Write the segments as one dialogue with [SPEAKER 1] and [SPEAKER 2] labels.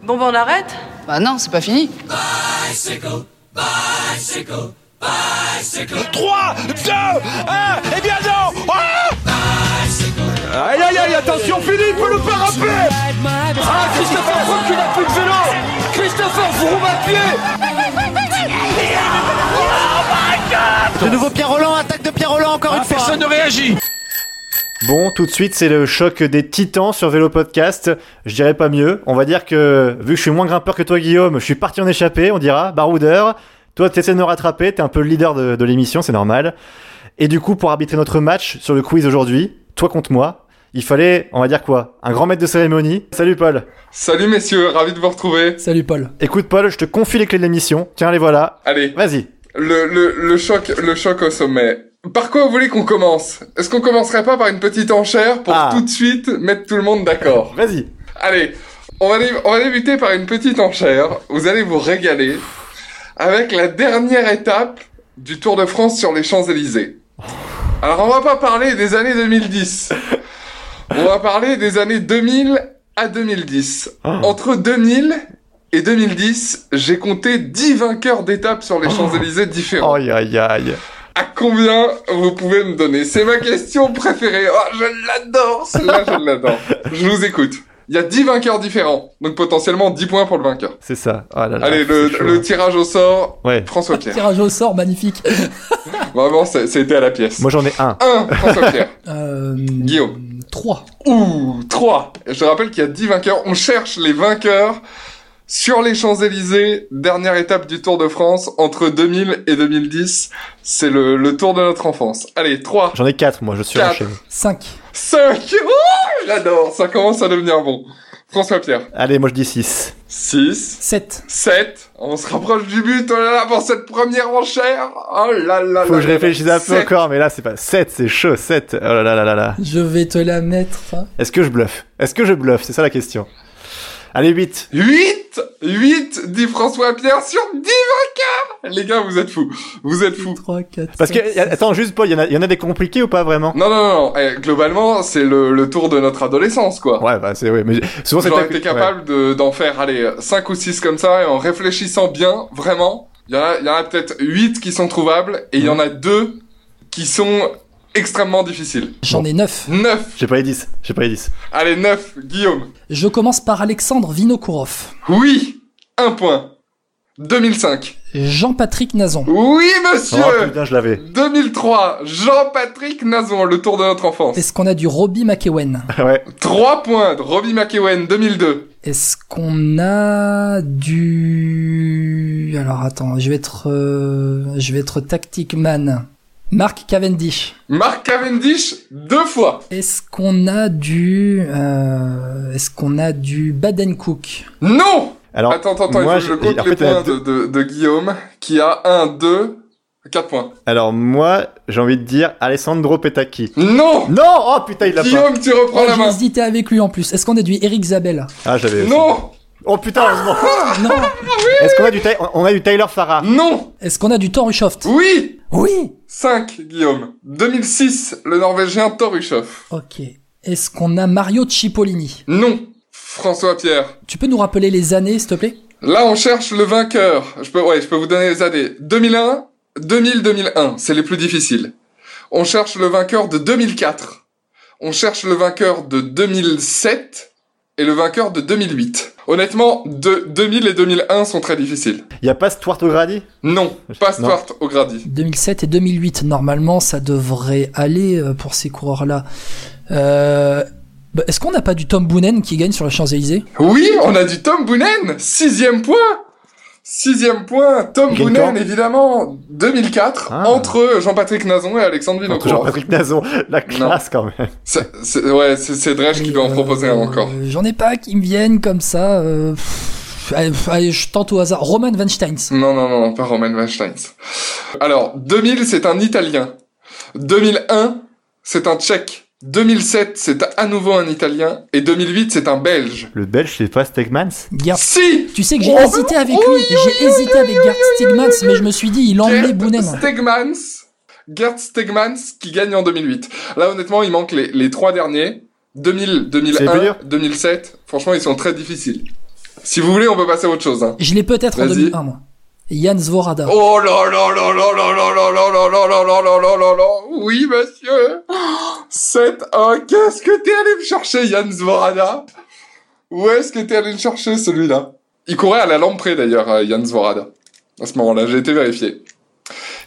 [SPEAKER 1] Bon, ben on arrête
[SPEAKER 2] Bah non, c'est pas fini.
[SPEAKER 3] 3, 2, 1, et bien non ah Aïe aïe aïe, attention Philippe, le parapet Ah Christopher Froome qui n'a plus de vélo Christopher Froome à pied
[SPEAKER 4] De nouveau Pierre Roland, attaque de Pierre Roland encore une fois.
[SPEAKER 3] Personne ne réagit
[SPEAKER 5] Bon, tout de suite, c'est le choc des titans sur Vélo Podcast. Je dirais pas mieux. On va dire que, vu que je suis moins grimpeur que toi, Guillaume, je suis parti en échappée, on dira, baroudeur. Toi, t'essaies de nous rattraper, t'es un peu le leader de, de l'émission, c'est normal. Et du coup, pour arbitrer notre match sur le quiz aujourd'hui, toi contre moi, il fallait, on va dire quoi Un grand maître de cérémonie. Salut, Paul.
[SPEAKER 6] Salut messieurs, ravi de vous retrouver.
[SPEAKER 7] Salut Paul.
[SPEAKER 5] Écoute, Paul, je te confie les clés de l'émission. Tiens, les voilà.
[SPEAKER 6] Allez,
[SPEAKER 5] Vas-y.
[SPEAKER 6] le, le, le choc, le choc au sommet. Par quoi vous voulez qu'on commence Est-ce qu'on commencerait pas par une petite enchère pour
[SPEAKER 5] Ah.
[SPEAKER 6] tout de suite mettre tout le monde d'accord
[SPEAKER 5] Vas-y.
[SPEAKER 6] Allez, on va, dé- on va débuter par une petite enchère. Vous allez vous régaler avec la dernière étape du Tour de France sur les Champs-Élysées. Alors, on va pas parler des années 2010. On va parler des années 2000 à 2010. Entre 2000 et 2010, j'ai compté 10 vainqueurs d'étapes sur les Champs-Élysées différents.
[SPEAKER 5] Aïe, aïe, aïe.
[SPEAKER 6] À combien vous pouvez me donner C'est ma question préférée. Oh, je l'adore, celle-là, je l'adore. Je vous écoute. Il y a 10 vainqueurs différents, donc potentiellement 10 points pour le vainqueur.
[SPEAKER 5] C'est ça. Oh là là,
[SPEAKER 6] Allez,
[SPEAKER 5] c'est
[SPEAKER 6] le,
[SPEAKER 5] chaud.
[SPEAKER 6] le tirage au sort,
[SPEAKER 5] Ouais.
[SPEAKER 6] François Pierre.
[SPEAKER 7] Tirage au sort magnifique.
[SPEAKER 6] Vraiment, c'est- c'était à la pièce.
[SPEAKER 5] Moi, j'en ai un.
[SPEAKER 6] 1, François Pierre.
[SPEAKER 7] Euh,
[SPEAKER 6] Guillaume.
[SPEAKER 7] 3.
[SPEAKER 6] Ouh, 3. Je rappelle qu'il y a 10 vainqueurs. On cherche les vainqueurs sur les Champs-Élysées, dernière étape du Tour de France, entre 2000 et 2010. C'est le, le tour de notre enfance. Allez, 3,
[SPEAKER 5] J'en ai quatre, moi, je suis
[SPEAKER 6] Quatre.
[SPEAKER 5] enchaîné.
[SPEAKER 7] 5.
[SPEAKER 6] 5 Oh, j'adore, ça commence à devenir bon. François Pierre.
[SPEAKER 5] Allez, moi, je dis 6.
[SPEAKER 6] 6,
[SPEAKER 7] 7.
[SPEAKER 6] 7, on se rapproche du but, oh là là, pour cette première enchère. Oh là là
[SPEAKER 5] Faut
[SPEAKER 6] là
[SPEAKER 5] que je
[SPEAKER 6] là
[SPEAKER 5] réfléchisse
[SPEAKER 6] là.
[SPEAKER 5] un peu
[SPEAKER 6] Sept.
[SPEAKER 5] encore, mais là c'est pas 7, c'est chaud, 7. Oh là là là là là.
[SPEAKER 7] Je vais te la mettre. hein.
[SPEAKER 5] Est-ce que je bluffe Est-ce que je bluffe C'est ça la question. Allez, 8.
[SPEAKER 6] 8 8 dit François Pierre sur 10 vainqueurs Les gars, vous êtes fous. Vous êtes fous.
[SPEAKER 7] 3, 4.
[SPEAKER 5] Parce que, y a- attends, juste Paul, il y, en a- y en a des compliqués ou pas vraiment
[SPEAKER 6] Non, non, non, non. Eh, globalement, c'est le, le tour de notre adolescence, quoi.
[SPEAKER 5] Ouais, bah c'est, ouais, mais j'ai- souvent c'est.
[SPEAKER 6] J'aurais
[SPEAKER 5] pas-
[SPEAKER 6] été
[SPEAKER 5] ouais.
[SPEAKER 6] capable de- d'en faire, allez, 5 ou 6 comme ça, et en réfléchissant bien, vraiment, il y en a, il y en a peut-être 8 qui sont trouvables, et il y en a 2 qui sont extrêmement difficiles.
[SPEAKER 7] J'en ai 9.
[SPEAKER 6] 9
[SPEAKER 5] J'ai pas les 10, j'ai pas les 10.
[SPEAKER 6] Allez, 9, Guillaume.
[SPEAKER 7] Je commence par Alexandre Vinokourov.
[SPEAKER 6] Oui 1 point. 2005.
[SPEAKER 7] Jean-Patrick Nazon.
[SPEAKER 6] Oui, monsieur
[SPEAKER 5] Oh putain, je l'avais.
[SPEAKER 6] 2003, Jean-Patrick Nazon, le tour de notre enfance.
[SPEAKER 7] Est-ce qu'on a du Robbie McEwen
[SPEAKER 5] ouais.
[SPEAKER 6] 3 points, de Robbie McEwen, 2002.
[SPEAKER 7] Est-ce qu'on a du... Alors attends, je vais être... euh, Je vais être tactic man. Mark Cavendish.
[SPEAKER 6] Mark Cavendish, deux fois.
[SPEAKER 7] Est-ce qu'on a du... euh, Est-ce qu'on a du Baden Cook
[SPEAKER 6] Non
[SPEAKER 5] Alors,
[SPEAKER 6] Attends, attends, attends,
[SPEAKER 5] moi,
[SPEAKER 6] il faut que
[SPEAKER 5] j'ai-
[SPEAKER 6] je compte
[SPEAKER 5] en
[SPEAKER 6] les
[SPEAKER 5] fait, il y a
[SPEAKER 6] points de,
[SPEAKER 5] deux-
[SPEAKER 6] de, de Guillaume, qui a 1, 2, 4 points.
[SPEAKER 5] alors moi, j'ai envie de dire Alessandro Petacchi.
[SPEAKER 6] Non
[SPEAKER 5] Non Oh putain, il l'a pas.
[SPEAKER 6] Guillaume, tu reprends
[SPEAKER 7] Oh,
[SPEAKER 6] la
[SPEAKER 7] J'ai
[SPEAKER 6] main.
[SPEAKER 7] hésité avec lui en plus. Est-ce qu'on a du Eric Zabel
[SPEAKER 5] Ah, j'avais. aussi.
[SPEAKER 6] Non
[SPEAKER 5] Oh putain, heureusement.
[SPEAKER 6] Ah.
[SPEAKER 7] Non.
[SPEAKER 5] Est-ce qu'on a du, Ty- on- on a du Tyler Farah
[SPEAKER 6] Non
[SPEAKER 7] Est-ce qu'on a du Torushoft
[SPEAKER 6] Oui
[SPEAKER 7] Oui
[SPEAKER 6] 5, Guillaume. 2006, le Norvégien Torushov.
[SPEAKER 7] Ok. Est-ce qu'on a Mario Cipollini
[SPEAKER 6] Non François-Pierre.
[SPEAKER 7] Tu peux nous rappeler les années, s'il te plaît
[SPEAKER 6] Là, on cherche le vainqueur. Je peux, ouais, je peux vous donner les années. 2001, 2000, 2001. C'est les plus difficiles. On cherche le vainqueur de 2004. On cherche le vainqueur de 2007 et le vainqueur de 2008. Honnêtement, de 2000 et 2001 sont très difficiles.
[SPEAKER 5] Y a pas Stuart O'Grady
[SPEAKER 6] Non, pas
[SPEAKER 5] Non.
[SPEAKER 6] Stuart O'Grady.
[SPEAKER 7] 2007 et 2008. Normalement, ça devrait aller euh, pour ces coureurs-là. Euh, bah, Est-ce qu'on n'a pas du Tom Boonen qui gagne sur les Champs-Élysées
[SPEAKER 6] Oui, on a du Tom Boonen. Sixième point. Sixième point. Tom
[SPEAKER 5] Gagne
[SPEAKER 6] Boonen,
[SPEAKER 5] quand
[SPEAKER 6] évidemment, 2004,
[SPEAKER 5] Ah.
[SPEAKER 6] entre Jean-Patrick Nazon et Alexandre
[SPEAKER 5] Non,
[SPEAKER 6] Vinokourov.
[SPEAKER 5] toujours Patrick Nazon. La classe quand même.
[SPEAKER 6] C'est- c'est- ouais, c'est c'est Dredge qui doit Ah, en
[SPEAKER 7] Euh,
[SPEAKER 6] proposer un encore.
[SPEAKER 7] euh, J'en ai pas qui me viennent comme ça. euh, pff, allez, pff, allez, je tente au hasard. Roman Van Steins.
[SPEAKER 6] Non, non, non, pas Roman Weinstein. Alors, 2000, c'est un Italien. 2001, c'est un Tchèque. 2007, c'est à nouveau un Italien. Et 2008, c'est un Belge.
[SPEAKER 5] Le Belge, c'est pas Stegmans
[SPEAKER 7] Gerd-
[SPEAKER 6] Si
[SPEAKER 7] Tu sais que j'ai
[SPEAKER 6] Oh,
[SPEAKER 7] hésité avec
[SPEAKER 6] oui,
[SPEAKER 7] lui. J'ai hésité avec Gert Stigmans, mais je me suis dit, il emmenait
[SPEAKER 6] Gerd
[SPEAKER 7] Boonen.
[SPEAKER 6] Stegmans, Gerd Stegmans qui gagne en 2008. Là, honnêtement, il manque les, les trois derniers. 2000,
[SPEAKER 5] C'est dur.
[SPEAKER 6] 2001, 2007. Franchement, ils sont très difficiles. Si vous voulez, on peut passer à autre chose. hein.
[SPEAKER 7] Je l'ai peut-être en
[SPEAKER 6] Vas-y.
[SPEAKER 7] 2001, moi. Yann Zvorada.
[SPEAKER 6] Oh là là là là là là là là là là là là là là là là Oui, monsieur C'est un... Qu'est-ce que t'es allé me chercher, Yann Zvorada Où est-ce que t'es allé me chercher, celui-là Il courait à la lampe près, d'ailleurs, euh, Yann Zvorada. À ce moment-là, j'ai été vérifié.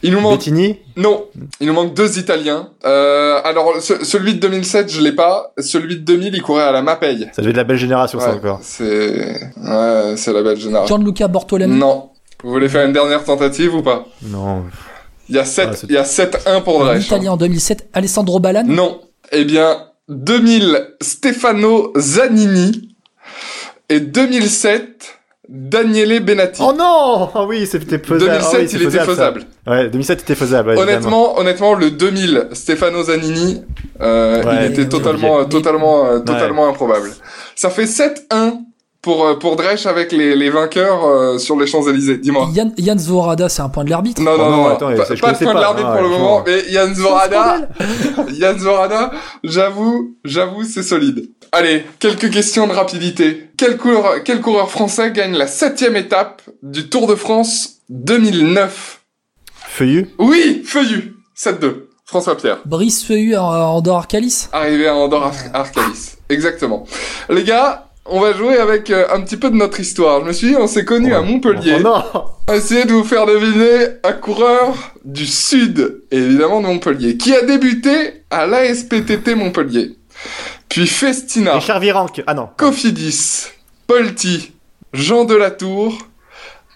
[SPEAKER 6] Il nous manque...
[SPEAKER 5] Bettini
[SPEAKER 6] Non, il nous manque deux Italiens. Euh, alors, ce- celui de 2007, je l'ai pas. Celui de 2000, il courait à la Mapei.
[SPEAKER 5] Ça devait être de la belle génération, ça
[SPEAKER 6] Ouais,
[SPEAKER 5] encore.
[SPEAKER 6] c'est... Ouais, c'est la belle génération.
[SPEAKER 7] Gianluca Bortolami.
[SPEAKER 6] Non. Vous voulez faire une dernière tentative ou pas
[SPEAKER 5] Non.
[SPEAKER 6] Il y a
[SPEAKER 5] Ah,
[SPEAKER 6] 7,
[SPEAKER 5] c'est-
[SPEAKER 6] il y a 7-1 pour
[SPEAKER 7] Un
[SPEAKER 6] Dresch.
[SPEAKER 7] Italien en 2007, Alessandro Balan.
[SPEAKER 6] Non. Eh bien, 2000, Stefano Zanini. Et 2007, Daniele Benatti.
[SPEAKER 5] Oh non Ah oui, c'était faisable.
[SPEAKER 6] 2007,
[SPEAKER 5] Ah oui, c'est
[SPEAKER 6] il était
[SPEAKER 5] ça.
[SPEAKER 6] faisable.
[SPEAKER 5] Ouais, 2007, il était faisable. ouais, évidemment.
[SPEAKER 6] honnêtement, honnêtement, le 2000, Stefano Zanini, euh,
[SPEAKER 5] Ouais,
[SPEAKER 6] il était
[SPEAKER 7] mais-
[SPEAKER 6] totalement, euh,
[SPEAKER 7] mais-
[SPEAKER 6] totalement, euh, totalement improbable. Ça fait 7-1 pour, euh, pour Dresch avec les, les vainqueurs euh, sur les Champs-Élysées. Dis-moi.
[SPEAKER 7] Yann, Yann Zvorada, c'est un point de l'arbitre.
[SPEAKER 6] Non, non,
[SPEAKER 5] Oh non,
[SPEAKER 6] non,
[SPEAKER 5] attends,
[SPEAKER 6] pas,
[SPEAKER 5] je
[SPEAKER 6] pas de
[SPEAKER 5] connaissais
[SPEAKER 6] point de
[SPEAKER 5] pas,
[SPEAKER 6] l'arbitre
[SPEAKER 5] hein,
[SPEAKER 6] pour le
[SPEAKER 5] franchement.
[SPEAKER 6] moment, mais Yann Zorada, Yann Zorada, j'avoue, j'avoue, c'est solide. Allez, quelques questions de rapidité. Quel coureur, quel coureur français gagne la septième étape du Tour de France 2009
[SPEAKER 5] Feuillu
[SPEAKER 6] Oui, Feuillu, 7-2, François-Pierre.
[SPEAKER 7] Brice Feuillu en, en dehors Arcalis.
[SPEAKER 6] Arrivé à Andorre Ar- Arcalis. Exactement. Les gars, on va jouer avec euh, un petit peu de notre histoire. Je me suis dit, on s'est connus à Montpellier.
[SPEAKER 5] Oh non
[SPEAKER 6] Essayez de vous faire deviner un coureur du sud, et évidemment de Montpellier, qui a débuté à l'ASPTT Montpellier. Puis Festina,
[SPEAKER 5] Richard Virenque. Ah non.
[SPEAKER 6] Cofidis, Polti, Jean Delatour,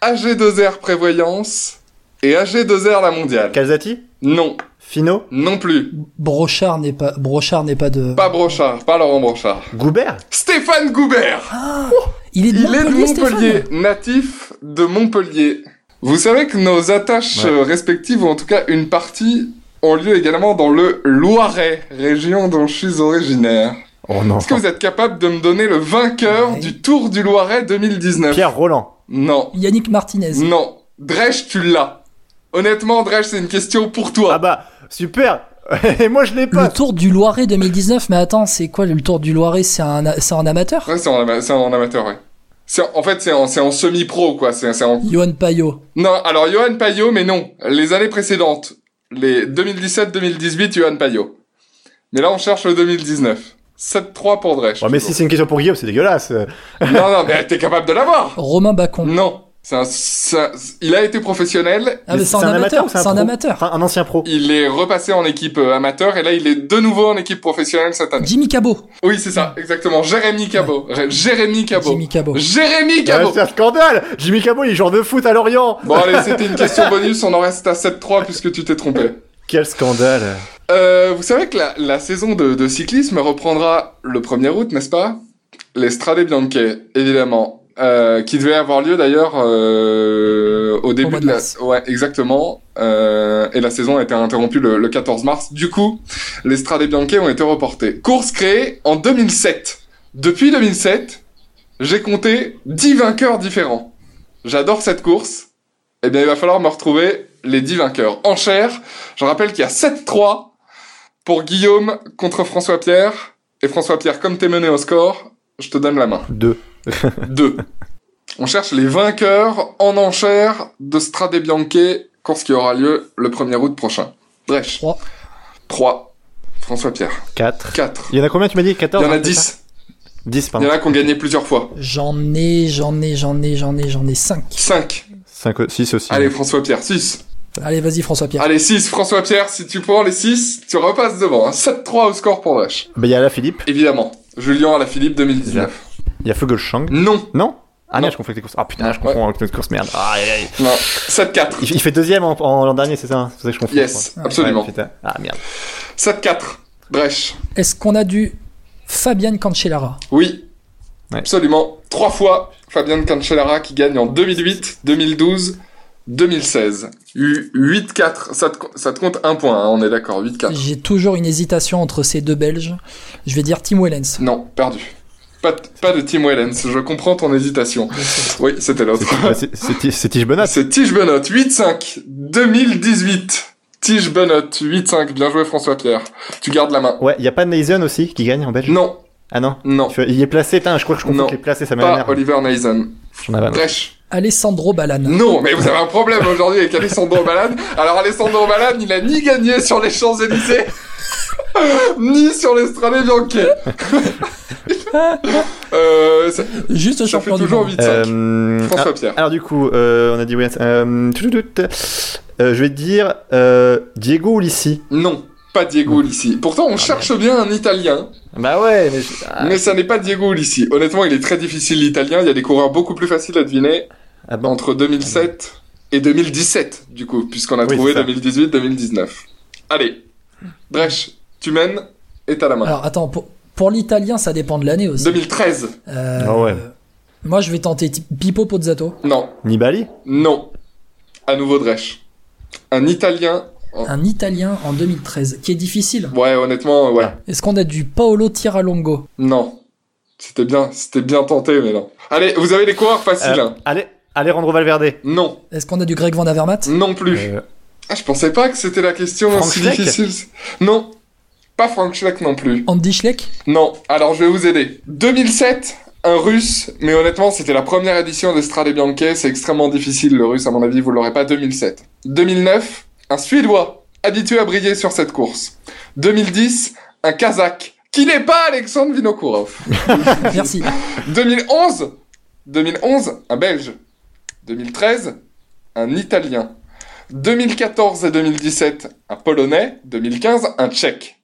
[SPEAKER 6] AG2R Prévoyance et AG2R La Mondiale.
[SPEAKER 5] Calzati
[SPEAKER 6] Non,
[SPEAKER 5] Fino
[SPEAKER 6] non plus.
[SPEAKER 7] Brochard n'est pas, Brochard n'est pas de.
[SPEAKER 6] Pas Brochard, pas Laurent Brochard.
[SPEAKER 5] Goubert
[SPEAKER 6] Stéphane Goubert
[SPEAKER 7] Il est de
[SPEAKER 6] Il est de
[SPEAKER 7] Montpellier,
[SPEAKER 6] Montpellier,
[SPEAKER 7] Stéphane.
[SPEAKER 6] natif de Montpellier. Vous savez que nos attaches
[SPEAKER 5] Ouais.
[SPEAKER 6] euh, respectives, ou en tout cas une partie, ont lieu également dans le Loiret, région dont je suis originaire.
[SPEAKER 5] Oh non.
[SPEAKER 6] Est-ce que vous êtes capable de me donner le vainqueur
[SPEAKER 7] Ouais.
[SPEAKER 6] du Tour du Loiret 2019
[SPEAKER 5] Pierre Roland.
[SPEAKER 6] Non,
[SPEAKER 7] Yannick Martinez.
[SPEAKER 6] non. Dresch, tu l'as. Honnêtement, Dresch, c'est une question pour
[SPEAKER 5] Ah
[SPEAKER 6] toi.
[SPEAKER 5] bah, super Et moi, je l'ai
[SPEAKER 7] Le
[SPEAKER 5] pas
[SPEAKER 7] Tour du Loiret 2019, mais attends, c'est quoi le Tour du Loiret C'est un, c'est un
[SPEAKER 5] bah.
[SPEAKER 7] amateur
[SPEAKER 6] Ouais, c'est en, ama- c'est en amateur, ouais. C'est en- En fait, c'est en, c'est en semi-pro, quoi. C'est c'est en
[SPEAKER 7] Johan Payot.
[SPEAKER 6] Non, alors Johan Payot, mais non. Les années précédentes, les 2017-2018, Johan Payot. Mais là, on cherche le 2019. 7-3 pour Dresch.
[SPEAKER 5] Oh, mais si c'est une question pour Guillaume, c'est dégueulasse.
[SPEAKER 7] Ah,
[SPEAKER 6] Non, non, mais t'es capable de l'avoir
[SPEAKER 7] Romain Bacon.
[SPEAKER 6] Non. C'est un- c'est un- il a été professionnel,
[SPEAKER 7] Ah, mais c'est un,
[SPEAKER 5] ou
[SPEAKER 7] amateur. C'est un
[SPEAKER 5] pro
[SPEAKER 7] amateur.
[SPEAKER 5] Enfin, un ancien pro.
[SPEAKER 6] il est repassé en équipe euh, amateur, et là, il est de nouveau en équipe professionnelle cette année.
[SPEAKER 7] Jimmy Cabot.
[SPEAKER 6] Oui, c'est ça, exactement. Jérémy Cabot. Ré- Jérémy Cabot.
[SPEAKER 7] Jimmy Cabot.
[SPEAKER 6] Jérémy
[SPEAKER 5] Ah,
[SPEAKER 6] Cabot
[SPEAKER 5] c'est un scandale Jimmy Cabot, il est joueur de foot à Lorient
[SPEAKER 6] Bon, allez, c'était une question bonus, on en reste à 7-3 puisque tu t'es trompé.
[SPEAKER 5] Quel scandale
[SPEAKER 6] Euh, vous savez que la, la saison de, de cyclisme reprendra le 1er août, n'est-ce pas Les Strade Bianche, évidemment. Euh, qui devait avoir lieu d'ailleurs euh, au début
[SPEAKER 7] mois de
[SPEAKER 6] de la...
[SPEAKER 7] mars.
[SPEAKER 6] Ouais, exactement. Euh, et la saison a été interrompue le, le 14 mars. Du coup, les Strade Bianche ont été reportés. Course créée en 2007. Depuis 2007, j'ai compté 10 vainqueurs différents. J'adore cette course. Eh bien, il va falloir me retrouver les 10 vainqueurs. En chair, je rappelle qu'il y a 7-3 pour Guillaume contre François-Pierre. Et François-Pierre, comme t'es mené au score, je te donne la main.
[SPEAKER 5] Deux.
[SPEAKER 6] 2. On cherche les vainqueurs en enchère de Strade Bianche, course qui aura lieu le 1er août prochain. Bref.
[SPEAKER 7] Trois.
[SPEAKER 6] 3. François-Pierre.
[SPEAKER 5] Quatre.
[SPEAKER 6] 4.
[SPEAKER 5] Il y en a combien, tu m'as dit
[SPEAKER 6] Il
[SPEAKER 5] 14
[SPEAKER 6] y en a
[SPEAKER 5] hein, c'est ça
[SPEAKER 6] 10.
[SPEAKER 5] Dix,
[SPEAKER 6] Il y en
[SPEAKER 5] pardon.
[SPEAKER 6] a qui ont gagné plusieurs fois.
[SPEAKER 7] J'en ai, j'en ai, j'en ai, j'en ai, j'en ai 5.
[SPEAKER 6] 5.
[SPEAKER 5] Cinq, au- six aussi.
[SPEAKER 6] Allez, François-Pierre. 6.
[SPEAKER 7] Allez, vas-y, François-Pierre.
[SPEAKER 6] Allez, 6. François-Pierre, si tu prends les 6, tu repasses devant. hein. 7-3 au score pour Brèche.
[SPEAKER 5] Bah, il y a la Philippe,
[SPEAKER 6] Évidemment. Julien à la Philippe 2019.
[SPEAKER 5] il y a Fugelschang.
[SPEAKER 6] Non.
[SPEAKER 5] Non Ah
[SPEAKER 6] Non.
[SPEAKER 5] non, je confonds avec les courses. Ah putain, je confonds avec notre course, merde. Ah, aïe, aïe.
[SPEAKER 6] Non. 7-4.
[SPEAKER 5] Il il fait deuxième en, en l'an dernier, c'est ça hein C'est pour ça que je confonds.
[SPEAKER 6] Yes,
[SPEAKER 5] je crois.
[SPEAKER 6] absolument.
[SPEAKER 5] Ouais, putain. ah merde.
[SPEAKER 6] 7-4. Brèche.
[SPEAKER 7] Est-ce qu'on a du Fabian Cancellara
[SPEAKER 6] Oui.
[SPEAKER 5] Ouais.
[SPEAKER 6] Absolument. Trois fois Fabian Cancellara qui gagne en 2008, 2012, 2016. U- 8-4. Ça te, co- ça te compte un point, hein, on est d'accord. 8-4.
[SPEAKER 7] J'ai toujours une hésitation entre ces deux Belges. Je vais dire Tim Wellens.
[SPEAKER 6] Non, perdu. Pas, de- pas de Tim Wellens, je comprends ton hésitation. Oui, c'était l'autre.
[SPEAKER 5] Bah, c'est- c'est Ti- C'est Tige Benot.
[SPEAKER 6] C'est Tige Benot, 8-5, 2018. Tige Benot, 8-5. Bien joué François-Pierre. Tu gardes la main.
[SPEAKER 5] Ouais, il y a pas Neisen aussi qui gagne en Belgique.
[SPEAKER 6] Non,
[SPEAKER 5] Ah non
[SPEAKER 6] Non,
[SPEAKER 5] Tu vois, Il est placé, putain, je crois que je comprends
[SPEAKER 6] Non.
[SPEAKER 5] qu'il est placé, ça m'a la
[SPEAKER 6] pas
[SPEAKER 5] merde.
[SPEAKER 6] Oliver Nason.
[SPEAKER 5] J'en avais marre.
[SPEAKER 6] Bref.
[SPEAKER 7] Alessandro Balana.
[SPEAKER 6] Non, mais vous avez un problème aujourd'hui avec Alessandro Balade. Alors Alessandro Balade, il a ni gagné sur les Champs-Élysées, ni sur les Strade Bianche. euh, ça,
[SPEAKER 7] Juste
[SPEAKER 6] ça fait
[SPEAKER 7] champion du
[SPEAKER 6] toujours
[SPEAKER 7] monde.
[SPEAKER 6] 8
[SPEAKER 5] Euh,
[SPEAKER 6] François
[SPEAKER 5] ah,
[SPEAKER 6] Pierre.
[SPEAKER 5] Alors du coup, euh, on a dit Williams. Euh, tout, tout, tout. Euh, je vais te dire euh, Diego ou Lissi.
[SPEAKER 6] Non, pas Diego Ulissi. Pourtant, on cherche bien un Italien,
[SPEAKER 5] Bah ouais, mais je- ah,
[SPEAKER 6] mais ça n'est pas Diego Ulissi. Honnêtement, il est très difficile l'Italien. Il y a des coureurs beaucoup plus faciles à deviner
[SPEAKER 5] ah bon.
[SPEAKER 6] Bah, entre 2007 et 2017, du coup, puisqu'on a
[SPEAKER 5] Oui,
[SPEAKER 6] trouvé
[SPEAKER 5] c'est ça.
[SPEAKER 6] 2018-2019. Allez, Dresch, tu mènes et t'as la main.
[SPEAKER 7] Alors attends, pour, pour l'italien, ça dépend de l'année aussi.
[SPEAKER 6] 2013,
[SPEAKER 7] Euh,
[SPEAKER 5] Ah ouais.
[SPEAKER 7] Moi, je vais tenter Ti- Pippo Pozzato.
[SPEAKER 6] non,
[SPEAKER 5] Nibali
[SPEAKER 6] non. À nouveau Dresch. Un Italien. Oh.
[SPEAKER 7] Un italien en 2013, qui est difficile.
[SPEAKER 6] Ouais, honnêtement, ouais.
[SPEAKER 7] Est-ce qu'on a du Paolo Tiralongo
[SPEAKER 6] Non. C'était bien, c'était bien tenté, mais non. Allez, vous avez les coureurs faciles.
[SPEAKER 5] Euh,
[SPEAKER 6] hein.
[SPEAKER 5] Allez, allez rendre Valverde.
[SPEAKER 6] Non,
[SPEAKER 7] Est-ce qu'on a du Greg Van Avermaet
[SPEAKER 6] non plus.
[SPEAKER 5] Euh,
[SPEAKER 6] Ah, je pensais pas que c'était la question
[SPEAKER 5] Frank
[SPEAKER 6] si
[SPEAKER 5] Schleck
[SPEAKER 6] difficile. Non, pas Frank Schleck non plus.
[SPEAKER 7] Andy Schleck
[SPEAKER 6] Non, alors je vais vous aider. 2007, un russe, mais honnêtement, c'était la première édition des Strade Bianche, c'est extrêmement difficile le russe, à mon avis, vous l'aurez pas. 2007. 2009, un Suédois, habitué à briller sur cette course. 2010, un Kazakh, qui n'est pas Alexandre Vinokourov.
[SPEAKER 7] Merci.
[SPEAKER 6] 2011, 2011, un Belge. 2013, un Italien. 2014 et 2017, un Polonais. 2015, un Tchèque.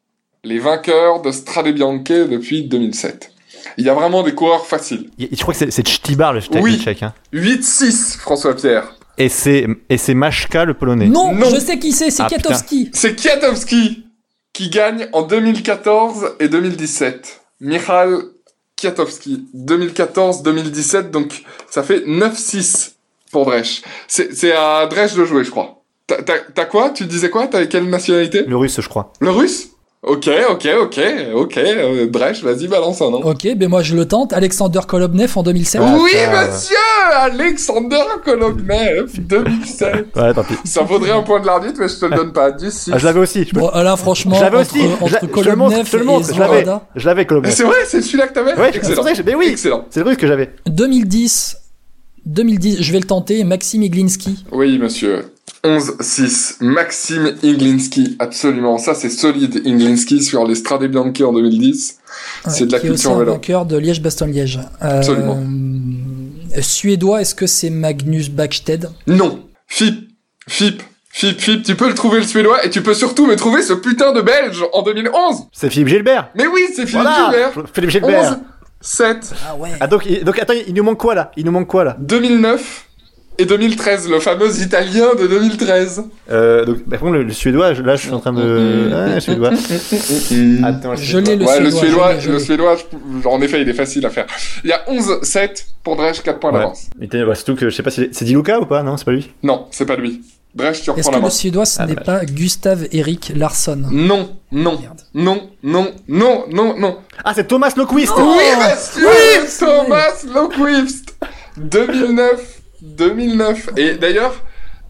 [SPEAKER 6] Les vainqueurs de Strade Bianche depuis 2007. Il y a vraiment des coureurs faciles.
[SPEAKER 5] y- Je crois que c'est- c'est Chtibar le tchèque.
[SPEAKER 6] Oui.
[SPEAKER 5] le tchèque, hein.
[SPEAKER 6] 8-6, François Pierre.
[SPEAKER 5] Et c'est et c'est Mashka le polonais.
[SPEAKER 7] Non,
[SPEAKER 6] Non.
[SPEAKER 7] je sais qui c'est, c'est
[SPEAKER 5] Ah,
[SPEAKER 7] Katowski.
[SPEAKER 6] C'est Kwiatowski qui gagne en 2014 et 2017. Michal Kwiatowski, 2014-2017, donc ça fait 9-6 pour Dresch. C'est c'est à Dresch de jouer, je crois. T'as- T'as t'as quoi Tu disais quoi T'avais quelle nationalité
[SPEAKER 5] Le russe, je crois.
[SPEAKER 6] Le russe Ok, ok, ok, ok. euh, Dresch, vas-y, balance un nom.
[SPEAKER 7] Ok, ben moi je le tente. Alexander Kolobnev en 2007.
[SPEAKER 5] Ah,
[SPEAKER 6] oui,
[SPEAKER 5] ça-
[SPEAKER 6] monsieur Alexander Kolobnev, 2007.
[SPEAKER 5] Ouais, tant pis.
[SPEAKER 6] Ça vaudrait un point de l'arbitre, mais je te le donne pas. 10
[SPEAKER 5] Ah, je l'avais aussi. Je, peux-
[SPEAKER 7] Bon, là, franchement,
[SPEAKER 5] je l'avais
[SPEAKER 7] entre,
[SPEAKER 5] aussi.
[SPEAKER 7] entre
[SPEAKER 5] je, la- je te le montre, je
[SPEAKER 7] Kolobnev
[SPEAKER 5] te le
[SPEAKER 7] et
[SPEAKER 5] montre. Je l'avais.
[SPEAKER 7] Zvorada.
[SPEAKER 5] Je l'avais Kolobnev.
[SPEAKER 6] C'est vrai, c'est celui-là que t'avais
[SPEAKER 5] Ouais, je-
[SPEAKER 6] Excellent.
[SPEAKER 5] c'est vrai, mais oui.
[SPEAKER 6] Excellent.
[SPEAKER 5] C'est le russe que j'avais.
[SPEAKER 7] 2010, 2010, je vais le tenter. Maxime Iglinski.
[SPEAKER 6] Oui, monsieur. 11-6. Maxime Inglinski, absolument. Ça, c'est solide, Inglinski, sur les Strade Bianche en 2010. C'est de la
[SPEAKER 7] euh, qui est aussi
[SPEAKER 6] culture
[SPEAKER 7] un
[SPEAKER 6] vélo.
[SPEAKER 7] vainqueur de Liège-Bastogne-Liège. Euh,
[SPEAKER 6] Absolument.
[SPEAKER 7] Suédois, est-ce que c'est Magnus Backsted
[SPEAKER 6] Non. Fip. Fip. Fip, Fip. Tu peux le trouver, le Suédois, et tu peux surtout me trouver ce putain de Belge en 2011.
[SPEAKER 5] C'est Philippe Gilbert.
[SPEAKER 6] Mais oui, c'est Philippe
[SPEAKER 5] Voilà.
[SPEAKER 6] Gilbert.
[SPEAKER 5] Philippe Gilbert.
[SPEAKER 6] 7.
[SPEAKER 7] Ah ouais.
[SPEAKER 5] Ah donc, il- donc attends, il nous manque quoi là Il nous manque quoi là
[SPEAKER 6] 2009. Et 2013, le fameux Italien de 2013.
[SPEAKER 5] Euh, donc, par contre, le, le suédois, je- là, je suis en train de. Ouais, le suédois. Attends,
[SPEAKER 7] Mm-hmm. Je l'ai le
[SPEAKER 6] ouais, le
[SPEAKER 7] suédois.
[SPEAKER 6] Suédois,
[SPEAKER 7] je l'ai, je
[SPEAKER 6] le
[SPEAKER 7] l'ai.
[SPEAKER 6] Suédois, je- en effet, il est facile à faire. Il y a 11-7 pour Dresch, 4 points
[SPEAKER 5] Ouais.
[SPEAKER 6] d'avance.
[SPEAKER 5] Mais t'as- bah, surtout que je sais pas si c'est Di Luca ou pas, non, c'est pas lui.
[SPEAKER 6] Non, c'est pas lui. Dresch,
[SPEAKER 7] Est-ce
[SPEAKER 6] tu reprends
[SPEAKER 7] que
[SPEAKER 6] la main.
[SPEAKER 7] le suédois, ce
[SPEAKER 5] Ah,
[SPEAKER 7] n'est pas Gustave Eric Larsson
[SPEAKER 6] Non, non,
[SPEAKER 7] Merde.
[SPEAKER 6] non, non, non, non, non.
[SPEAKER 5] Ah, c'est Thomas Oh. Loquist.
[SPEAKER 6] oui,
[SPEAKER 7] oui,
[SPEAKER 6] monsieur
[SPEAKER 7] Oh, c'est
[SPEAKER 6] Thomas Loquist 2009, 2009. Et d'ailleurs,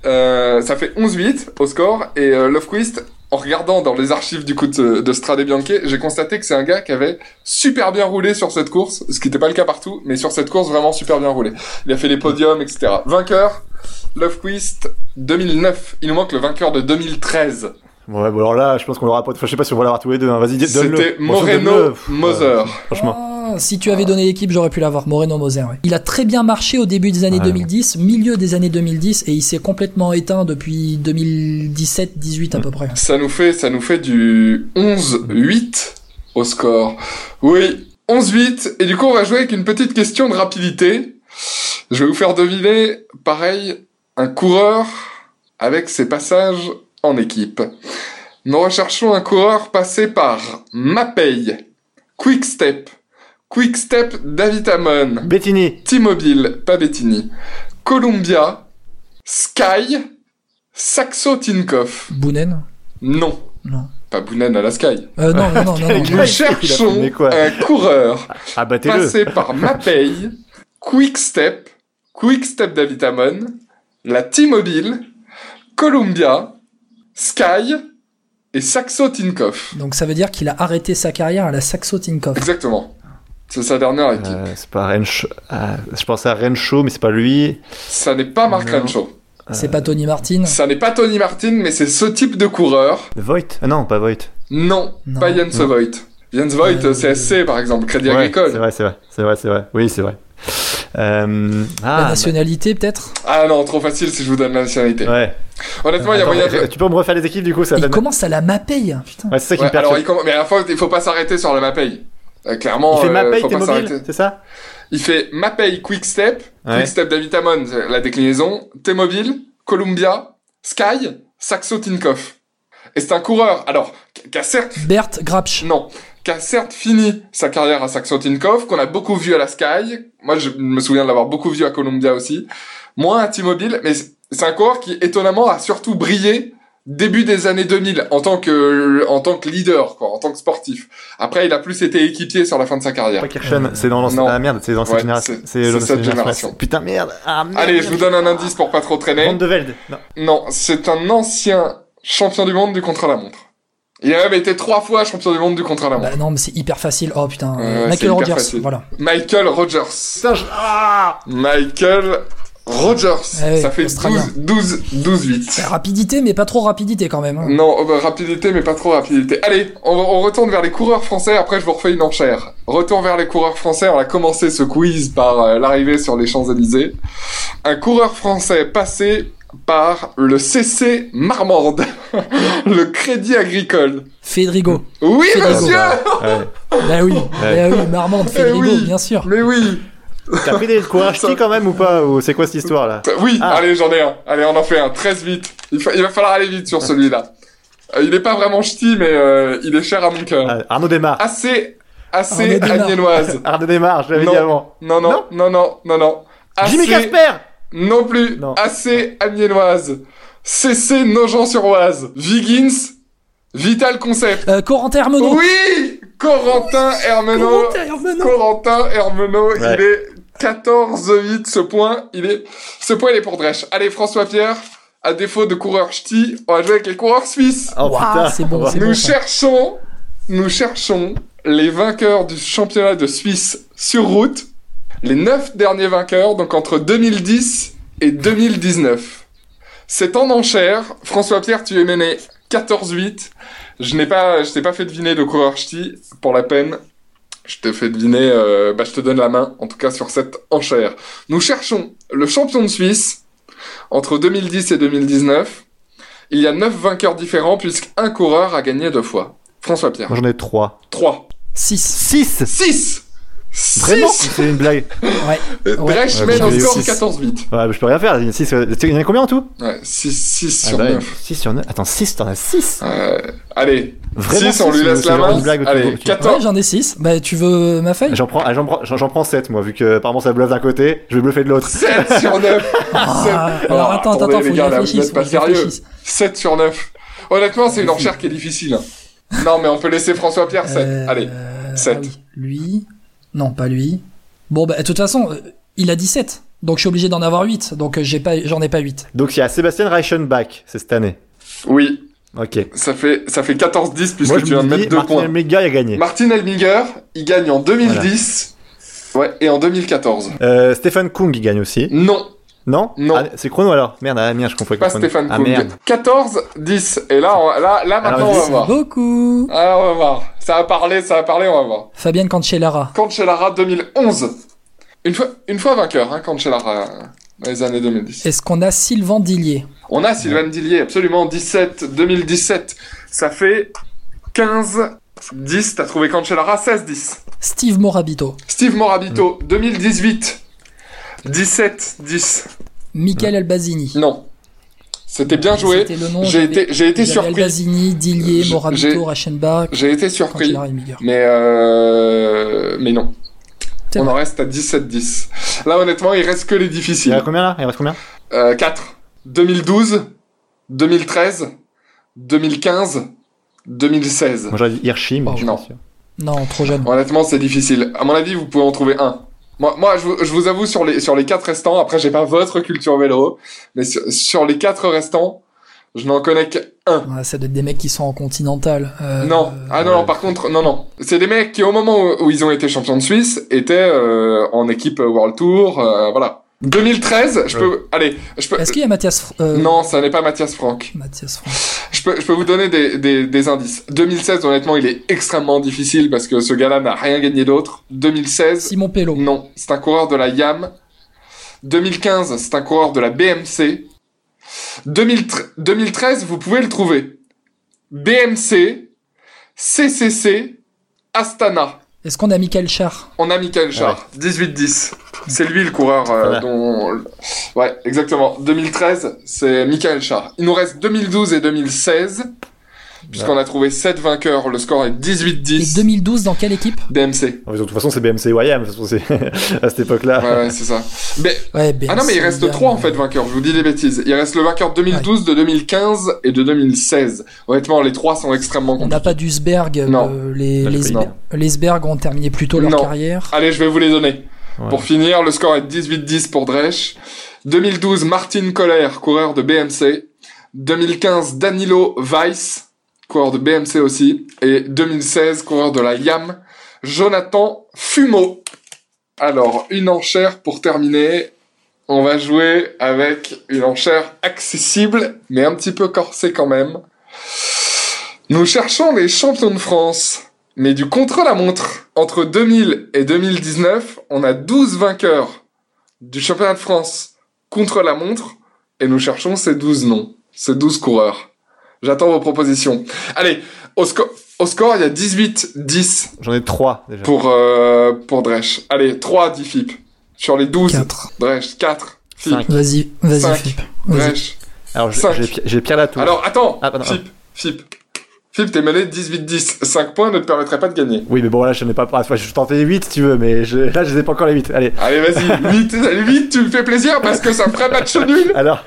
[SPEAKER 6] euh, ça fait 11-8 au score. Et euh, Loquist, en regardant dans les archives du coup de, de Strade Bianche, j'ai constaté que c'est un gars qui avait super bien roulé sur cette course, ce qui n'était pas le cas partout, mais sur cette course, vraiment super bien roulé. Il a fait les podiums, etc. Vainqueur, Lovequist 2009. Il nous manque le vainqueur de 2013.
[SPEAKER 5] Ouais, bon alors là, je pense qu'on l'aura pas. Enfin, je sais pas si on va l'avoir tous les deux. hein. Vas-y, dis- donne-le.
[SPEAKER 6] C'était
[SPEAKER 5] Franchement,
[SPEAKER 6] Moreno
[SPEAKER 5] donne-le. Pff, ouais,
[SPEAKER 6] Moser.
[SPEAKER 5] franchement.
[SPEAKER 7] Ah, si tu avais donné l'équipe, j'aurais pu l'avoir. Moreno Moser. ouais. Il a très bien marché au début des années
[SPEAKER 5] Ouais.
[SPEAKER 7] 2010, milieu des années 2010, et il s'est complètement éteint depuis 2017-18 à peu près.
[SPEAKER 6] Ça nous fait, ça nous fait du 11-8 au score. Oui, 11-8. Et du coup, on va jouer avec une petite question de rapidité. Je vais vous faire deviner, pareil, un coureur avec ses passages en équipe. Nous recherchons un coureur passé par Mapei, Quickstep, Quickstep Davitamon,
[SPEAKER 5] Bettini.
[SPEAKER 6] T-Mobile, pas Bettini. Columbia, Sky, Saxo Tinkoff.
[SPEAKER 7] Bounen
[SPEAKER 6] Non.
[SPEAKER 7] Non.
[SPEAKER 6] Pas Bounen à la Sky.
[SPEAKER 7] Euh, non, non, non, non, non.
[SPEAKER 5] Quel
[SPEAKER 6] Nous
[SPEAKER 5] gars, il a
[SPEAKER 6] cherchons
[SPEAKER 5] fumé quoi
[SPEAKER 6] un coureur
[SPEAKER 5] Ah, battez-le.
[SPEAKER 6] passé par Mapei, Quickstep, Quickstep Davitamon, la T-Mobile, Columbia, Sky et Saxo Tinkoff.
[SPEAKER 7] Donc ça veut dire qu'il a arrêté sa carrière à la Saxo Tinkoff.
[SPEAKER 6] Exactement. C'est sa dernière équipe.
[SPEAKER 5] Euh, c'est pas Rencho. ah, je pensais à Rencho, mais c'est pas lui.
[SPEAKER 6] Ça n'est pas Marc Rancho.
[SPEAKER 7] C'est pas Tony Martin
[SPEAKER 6] Ça n'est pas Tony Martin, mais c'est ce type de coureur.
[SPEAKER 5] Voight Ah non, pas Voight.
[SPEAKER 6] Non,
[SPEAKER 7] Non.
[SPEAKER 6] pas Jens Voigt. Jens Voigt,
[SPEAKER 7] Euh,
[SPEAKER 6] CSC par exemple, Crédit
[SPEAKER 5] Ouais,
[SPEAKER 6] Agricole.
[SPEAKER 5] C'est vrai, c'est vrai, c'est vrai, c'est vrai. Oui, c'est vrai. Euh,
[SPEAKER 7] La
[SPEAKER 5] ah,
[SPEAKER 7] nationalité, peut-être
[SPEAKER 6] Ah non, trop facile si je vous donne la nationalité.
[SPEAKER 5] bah, ouais.
[SPEAKER 6] Honnêtement, il y a
[SPEAKER 5] Attends,
[SPEAKER 6] moyen de...
[SPEAKER 5] Tu peux me refaire les équipes du coup, ça
[SPEAKER 7] Il
[SPEAKER 5] donne-
[SPEAKER 7] commence à la Mapei, hein, putain.
[SPEAKER 5] Ouais, c'est ça qui
[SPEAKER 6] Ouais,
[SPEAKER 5] me perturbe.
[SPEAKER 6] alors, il comm- Mais à la fois, il faut pas s'arrêter sur la Mapei. Euh, clairement,
[SPEAKER 5] Il fait
[SPEAKER 6] euh,
[SPEAKER 5] ma paye,
[SPEAKER 6] faut
[SPEAKER 5] t'es
[SPEAKER 6] pas
[SPEAKER 5] mobile,
[SPEAKER 6] s'arrêter.
[SPEAKER 5] c'est ça
[SPEAKER 6] Il fait Mapei Quick Step,
[SPEAKER 5] Ouais.
[SPEAKER 6] Quick Step Davitamon, c'est la déclinaison, T-Mobile, Columbia, Sky, Saxo Tinkoff. Et c'est un coureur, alors, qui- qui a certes,
[SPEAKER 7] Bert Grapsch.
[SPEAKER 6] non, qui a certes fini sa carrière à Saxo Tinkoff, qu'on a beaucoup vu à la Sky. Moi, je me souviens de l'avoir beaucoup vu à Columbia aussi. Moins à T-Mobile, mais c'est c'est un coureur qui, étonnamment, a surtout brillé début des années 2000 en tant que, en tant que leader, quoi, en tant que sportif. Après, il a plus été équipier sur la fin de sa carrière.
[SPEAKER 5] Pas Kirchen, c'est dans l'ancienne.
[SPEAKER 6] Non.
[SPEAKER 5] Ah merde, c'est dans cette
[SPEAKER 6] Ouais,
[SPEAKER 5] génération.
[SPEAKER 6] c'est- c'est cette génération.
[SPEAKER 5] Putain, merde. Ah merde.
[SPEAKER 6] Allez, je vous donne un indice pour pas trop
[SPEAKER 5] Van
[SPEAKER 6] traîner.
[SPEAKER 5] de Velde. Non.
[SPEAKER 6] Non, c'est un ancien champion du monde du contre-la-montre. Il a même été trois fois champion du monde du contre-la-montre.
[SPEAKER 7] Bah non, mais c'est hyper facile. Oh putain,
[SPEAKER 6] Ouais,
[SPEAKER 7] euh,
[SPEAKER 6] ouais, c'est
[SPEAKER 7] Michael
[SPEAKER 6] hyper
[SPEAKER 7] Rogers,
[SPEAKER 6] facile.
[SPEAKER 7] voilà.
[SPEAKER 6] Michael Rogers.
[SPEAKER 5] Putain, je- ah
[SPEAKER 6] Michael Rogers.
[SPEAKER 7] Eh oui,
[SPEAKER 6] Ça fait
[SPEAKER 7] Australien.
[SPEAKER 6] 12, 12, 12, 8.
[SPEAKER 7] Bah, Rapidité, mais pas trop rapidité quand même. hein.
[SPEAKER 6] Non, oh bah, rapidité, mais pas trop rapidité. Allez, on, on retourne vers les coureurs français, après je vous refais une enchère. Retour vers les coureurs français, on a commencé ce quiz par euh, l'arrivée sur les Champs-Élysées. Un coureur français passé par le CC Marmande, le Crédit Agricole.
[SPEAKER 7] Fédrigo.
[SPEAKER 6] Oui,
[SPEAKER 7] C'est
[SPEAKER 6] monsieur
[SPEAKER 5] Ouais.
[SPEAKER 7] bah oui,
[SPEAKER 5] Ouais.
[SPEAKER 7] bah oui, Marmande, Fédrigo,
[SPEAKER 6] oui.
[SPEAKER 7] bien sûr.
[SPEAKER 6] Mais oui
[SPEAKER 5] T'as pris des courage qui quand même ou pas ou C'est quoi cette histoire là
[SPEAKER 6] Bah Oui,
[SPEAKER 5] Ah.
[SPEAKER 6] allez, j'en ai un. Allez, on en fait un. 13 vite. Il, fa- il va falloir aller vite sur celui-là. Euh, il est pas vraiment ch'ti, mais euh, il est cher à mon cœur.
[SPEAKER 5] Ah, Arnaud Desmar.
[SPEAKER 6] Assez, assez
[SPEAKER 7] Arnaud Desmar.
[SPEAKER 6] agnelloise.
[SPEAKER 5] Arnaud Desmar, je l'avais
[SPEAKER 6] Ah, Non.
[SPEAKER 5] dit
[SPEAKER 6] Ah,
[SPEAKER 5] avant.
[SPEAKER 6] Non, non, non, non, non, non.
[SPEAKER 5] Jimmy
[SPEAKER 6] Assez-
[SPEAKER 5] Casper
[SPEAKER 6] Non plus.
[SPEAKER 5] Non.
[SPEAKER 6] Assez amiénoise. CC Nogent-sur-Oise. Viggins. Vital Concept.
[SPEAKER 7] Euh, Corentin
[SPEAKER 5] Oh
[SPEAKER 7] Hermenot.
[SPEAKER 6] Oui Corentin Hermenot.
[SPEAKER 7] Corentin Hermenot.
[SPEAKER 6] Corentin Hermenot.
[SPEAKER 5] Ouais.
[SPEAKER 6] Il est 14-8 ce point. Il est... Ce point, il est pour Dresch. Allez, François-Pierre. À défaut de coureur ch'ti, on va jouer avec les coureurs suisses.
[SPEAKER 5] Oh
[SPEAKER 7] Ouah,
[SPEAKER 5] putain.
[SPEAKER 7] c'est bon, c'est
[SPEAKER 6] Nous
[SPEAKER 7] bon. ça.
[SPEAKER 6] cherchons, nous cherchons les vainqueurs du championnat de Suisse sur route, les neuf derniers vainqueurs, donc entre 2010 et 2019. C'est en enchère. François-Pierre, tu es mené 14-8. Je n'ai pas, je t'ai pas fait deviner le coureur ch'ti pour la peine. Je te fais deviner, euh, bah, je te donne la main, en tout cas sur cette enchère. Nous cherchons le champion de Suisse entre 2010 et 2019. Il y a neuf vainqueurs différents puisqu'un coureur a gagné deux fois. François Pierre.
[SPEAKER 5] Moi, J'en ai 3.
[SPEAKER 6] 3.
[SPEAKER 7] 6.
[SPEAKER 5] 6
[SPEAKER 6] 6
[SPEAKER 5] Vraiment
[SPEAKER 6] 6
[SPEAKER 5] C'est une blague.
[SPEAKER 7] Ouais. Ouais.
[SPEAKER 6] Dresch
[SPEAKER 5] Ouais,
[SPEAKER 6] mène
[SPEAKER 5] j'ai
[SPEAKER 6] au
[SPEAKER 5] eu
[SPEAKER 6] score
[SPEAKER 5] six.
[SPEAKER 6] 14-8.
[SPEAKER 5] Ouais, mais je peux rien faire. 6, il y en a combien en tout
[SPEAKER 6] Ouais, 6, 6
[SPEAKER 5] Ah
[SPEAKER 6] sur
[SPEAKER 5] bah,
[SPEAKER 6] 9.
[SPEAKER 5] six sur 9. Attends, 6, t'en as 6
[SPEAKER 6] Allez,
[SPEAKER 5] Vraiment
[SPEAKER 6] 6, on
[SPEAKER 5] six,
[SPEAKER 6] lui
[SPEAKER 5] ou
[SPEAKER 6] laisse
[SPEAKER 5] c'est
[SPEAKER 6] la
[SPEAKER 5] genre
[SPEAKER 6] main.
[SPEAKER 5] une blague ou tu-
[SPEAKER 6] Allez,
[SPEAKER 5] tu-
[SPEAKER 6] 14.
[SPEAKER 7] Ouais, j'en ai 6. Bah, tu veux ma feuille
[SPEAKER 5] J'en prends, ah, j'en prends, j'en j'en prends 7 moi, vu que apparemment ça bluffe d'un côté, je vais bluffer de l'autre.
[SPEAKER 6] 7 sur 9.
[SPEAKER 7] Ah, Alors attends, attends, faut que je réfléchisse.
[SPEAKER 6] pas
[SPEAKER 7] faut que je
[SPEAKER 6] sérieux.
[SPEAKER 7] réfléchisse.
[SPEAKER 6] 7 sur 9. Honnêtement, c'est une enchère qui est difficile. Non, mais on peut laisser François Pierre 7.
[SPEAKER 7] Euh,
[SPEAKER 6] Allez,
[SPEAKER 7] ah
[SPEAKER 6] sept.
[SPEAKER 7] oui, Lui. Non, pas lui. Bon, bah, de toute façon, euh, il a 17. Donc, je suis obligé d'en avoir 8. Donc, euh, j'ai pas, j'en ai pas 8.
[SPEAKER 5] Donc il y a Sébastien Reichenbach, c'est cette année.
[SPEAKER 6] oui,
[SPEAKER 5] Ok.
[SPEAKER 6] ça fait, ça fait 14-10 puisque
[SPEAKER 5] Moi
[SPEAKER 6] tu
[SPEAKER 5] je
[SPEAKER 6] viens
[SPEAKER 5] me
[SPEAKER 6] de mettre
[SPEAKER 5] dis,
[SPEAKER 6] 2
[SPEAKER 5] Martin
[SPEAKER 6] points.
[SPEAKER 5] Elmiger il a gagné.
[SPEAKER 6] Martin Elminger, il gagne en 2010. Ouais, et en 2014.
[SPEAKER 5] Euh, Stéphane Kung il gagne aussi.
[SPEAKER 6] Non,
[SPEAKER 5] Non
[SPEAKER 6] Non.
[SPEAKER 5] Ah, c'est Chrono alors Merde, ah merde, je confonds avec
[SPEAKER 6] pas
[SPEAKER 5] Chrono.
[SPEAKER 6] Stéphane
[SPEAKER 5] Ah
[SPEAKER 6] Kung.
[SPEAKER 5] merde.
[SPEAKER 6] 14, 10. Et là, on- là, là maintenant,
[SPEAKER 5] Alors,
[SPEAKER 6] on va
[SPEAKER 5] dix.
[SPEAKER 6] voir.
[SPEAKER 7] Beaucoup.
[SPEAKER 6] Ah, on va voir. Ça a parlé, ça a parlé, on va voir.
[SPEAKER 7] Fabienne Cancellara.
[SPEAKER 6] Cancellara 2011. Une fois, une fois vainqueur, hein, Cancellara, euh, dans les années 2010.
[SPEAKER 7] Est-ce qu'on a Sylvain Dillier
[SPEAKER 6] On a Sylvain Dillier, absolument, 17, 2017. Ça fait 15, 10. T'as trouvé Cancellara, 16, 10.
[SPEAKER 7] Steve Morabito.
[SPEAKER 6] Steve Morabito,
[SPEAKER 7] Mm.
[SPEAKER 6] 2018. 17, 10.
[SPEAKER 7] Michael Albazini. Ah,
[SPEAKER 6] Non. C'était bien joué.
[SPEAKER 7] C'était le nom,
[SPEAKER 6] J'ai
[SPEAKER 7] j'avais-
[SPEAKER 6] été, j'ai été
[SPEAKER 7] J'avais
[SPEAKER 6] surpris.
[SPEAKER 7] Albazini, Dillier,
[SPEAKER 6] J'ai- j'ai-
[SPEAKER 7] Morabito, Rachenbach,
[SPEAKER 6] J'ai été surpris.
[SPEAKER 7] Cancellara et Miger.
[SPEAKER 6] Mais euh... mais non.
[SPEAKER 7] C'est
[SPEAKER 6] On
[SPEAKER 7] vrai.
[SPEAKER 6] en reste à 17-10. Là, honnêtement, il reste que les
[SPEAKER 5] Il y en a
[SPEAKER 6] difficiles.
[SPEAKER 5] combien là Il en reste combien
[SPEAKER 6] Euh, 4. 2012, 2013, 2015, 2016.
[SPEAKER 5] Moi j'aurais dit Hirschi, mais
[SPEAKER 7] Oh,
[SPEAKER 5] je suis
[SPEAKER 6] non.
[SPEAKER 5] pas sûr.
[SPEAKER 7] Non, trop jeune.
[SPEAKER 6] Honnêtement, c'est difficile. À mon avis, vous pouvez en trouver un. Moi, moi je, vous, je vous avoue, sur les, sur les 4 restants, après, j'ai pas votre culture vélo, mais sur, sur les 4 restants, Je n'en connais qu'un.
[SPEAKER 7] Ouais, ça doit être des mecs qui sont en continental. Euh,
[SPEAKER 6] non.
[SPEAKER 7] euh,
[SPEAKER 6] Ah non, non, par contre, non, non. C'est des mecs qui, au moment où, où ils ont été champions de Suisse, étaient euh, en équipe World Tour, euh, voilà. 2013, je peux... Allez, je peux...
[SPEAKER 7] Est-ce qu'il y a Mathias Fr- euh,
[SPEAKER 6] Non, ça n'est pas Mathias Franck.
[SPEAKER 7] Mathias Franck.
[SPEAKER 6] Je peux, je peux vous donner des, des, des indices. 2016, honnêtement, il est extrêmement difficile parce que ce gars-là n'a rien gagné d'autre. 2016,
[SPEAKER 7] Simon Pello.
[SPEAKER 6] non, c'est un coureur de la YAM. 2015, c'est un coureur de la BMC. 2013 2013, vous pouvez le trouver. BMC, CCC, Astana.
[SPEAKER 7] Est-ce qu'on a Michael Char
[SPEAKER 6] On a Michael Char, 18-10. C'est lui le coureur euh,
[SPEAKER 5] Voilà.
[SPEAKER 6] dont... Ouais, exactement. 2013, c'est Michael Char. Il nous reste 2012 et 2016, puisqu'on a trouvé 7 vainqueurs. Le score est
[SPEAKER 7] Et
[SPEAKER 6] 18-10.
[SPEAKER 7] 2012, dans quelle équipe
[SPEAKER 6] BMC.
[SPEAKER 5] Ah, De toute façon, c'est BMC et YM, de toute façon, c'est- à cette époque-là.
[SPEAKER 6] Ouais, ouais, c'est ça. Mais
[SPEAKER 7] Ouais, ben,
[SPEAKER 6] Ah non, mais il
[SPEAKER 7] c'est
[SPEAKER 6] reste
[SPEAKER 7] bien,
[SPEAKER 6] trois en
[SPEAKER 7] mais-
[SPEAKER 6] fait vainqueurs, je vous dis des bêtises. Il reste le vainqueur 2012, de 2015 et de 2016. Honnêtement, les trois sont extrêmement
[SPEAKER 7] On n'a
[SPEAKER 6] compliqués.
[SPEAKER 7] pas d'Usberg.
[SPEAKER 6] Non.
[SPEAKER 7] euh, les,
[SPEAKER 5] Non,
[SPEAKER 7] les,
[SPEAKER 5] je
[SPEAKER 6] connais.
[SPEAKER 7] les Sberg ont terminé plus tôt leur
[SPEAKER 6] Non. Ah,
[SPEAKER 7] carrière.
[SPEAKER 6] Allez, je vais vous les donner.
[SPEAKER 5] Ouais.
[SPEAKER 6] Pour finir, le score est 18-10 pour Dresch. 2012, Martin Koller, coureur de BMC. 2015, Danilo Weiss, coureur de BMC aussi. Et 2016, coureur de la YAM, Jonathan Fumeau. Alors, une enchère pour terminer. On va jouer avec une enchère accessible, mais un petit peu corsée quand même. Nous cherchons les champions de France. Mais du contre-la-montre, entre 2000 et 2019, on a 12 vainqueurs du championnat de France contre-la-montre et nous cherchons ces 12 noms, ces 12 coureurs. J'attends vos propositions. Allez, au, sco- au score, il y a 18-10
[SPEAKER 5] J'en ai trois déjà.
[SPEAKER 6] pour, euh, pour Dresch. Allez, 3 10 FIP. Sur les 12,
[SPEAKER 7] 4.
[SPEAKER 6] Dresch, 4 FIP.
[SPEAKER 5] Cinq.
[SPEAKER 7] Vas-y, vas-y,
[SPEAKER 6] Cinq.
[SPEAKER 7] Philippe. Vas-y.
[SPEAKER 6] Dresch.
[SPEAKER 5] Alors, j'ai-
[SPEAKER 6] Cinq.
[SPEAKER 5] j'ai Pi- j'ai Pierre Latour.
[SPEAKER 6] Alors, attends,
[SPEAKER 5] Ah, pardon.
[SPEAKER 6] FIP, FIP. FIP, t'es mené 18-10. 5 points ne te permettraient pas de gagner.
[SPEAKER 5] Oui, mais bon, là, je n'ai pas. ah, Je tentais les 8 si tu veux, mais je- là, je les ai pas encore les 8. Allez.
[SPEAKER 6] Allez, vas-y, vite, vite, tu me fais plaisir parce que ça ferait match nul
[SPEAKER 5] Alors,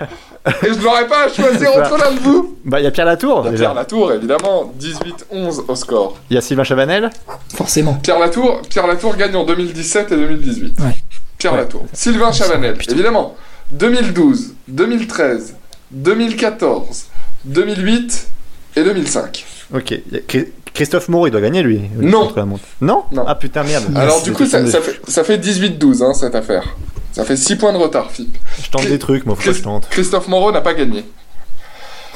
[SPEAKER 6] et je n'aurais pas à choisir entre l'un de vous.
[SPEAKER 5] bah, il y a Pierre Latour. déjà.
[SPEAKER 6] Pierre Latour, évidemment, 18-11 au score.
[SPEAKER 5] Il y a Sylvain Chavanel.
[SPEAKER 7] Forcément.
[SPEAKER 6] Pierre Latour, Pierre Latour gagne en 2017 et 2018.
[SPEAKER 7] Ouais.
[SPEAKER 6] Pierre Latour. Sylvain Chavanel, évidemment, 2012, 2013, 2014, 2008 et 2005.
[SPEAKER 5] Ok. Il y a Cri- Christophe Moreau, il doit gagner lui. le
[SPEAKER 6] Non.
[SPEAKER 5] contre la montre. Non,
[SPEAKER 6] Non.
[SPEAKER 5] Ah putain, merde.
[SPEAKER 6] Alors,
[SPEAKER 5] C'est-
[SPEAKER 6] du coup,
[SPEAKER 5] je
[SPEAKER 6] ça,
[SPEAKER 5] tente
[SPEAKER 6] ça
[SPEAKER 5] des-
[SPEAKER 6] fait, ça fait 18-12, hein, cette affaire. Ça fait 6 points de retard, Philippe.
[SPEAKER 5] Je tente des trucs, moi, faut pas que je tente.
[SPEAKER 6] Christophe Moreau n'a pas gagné.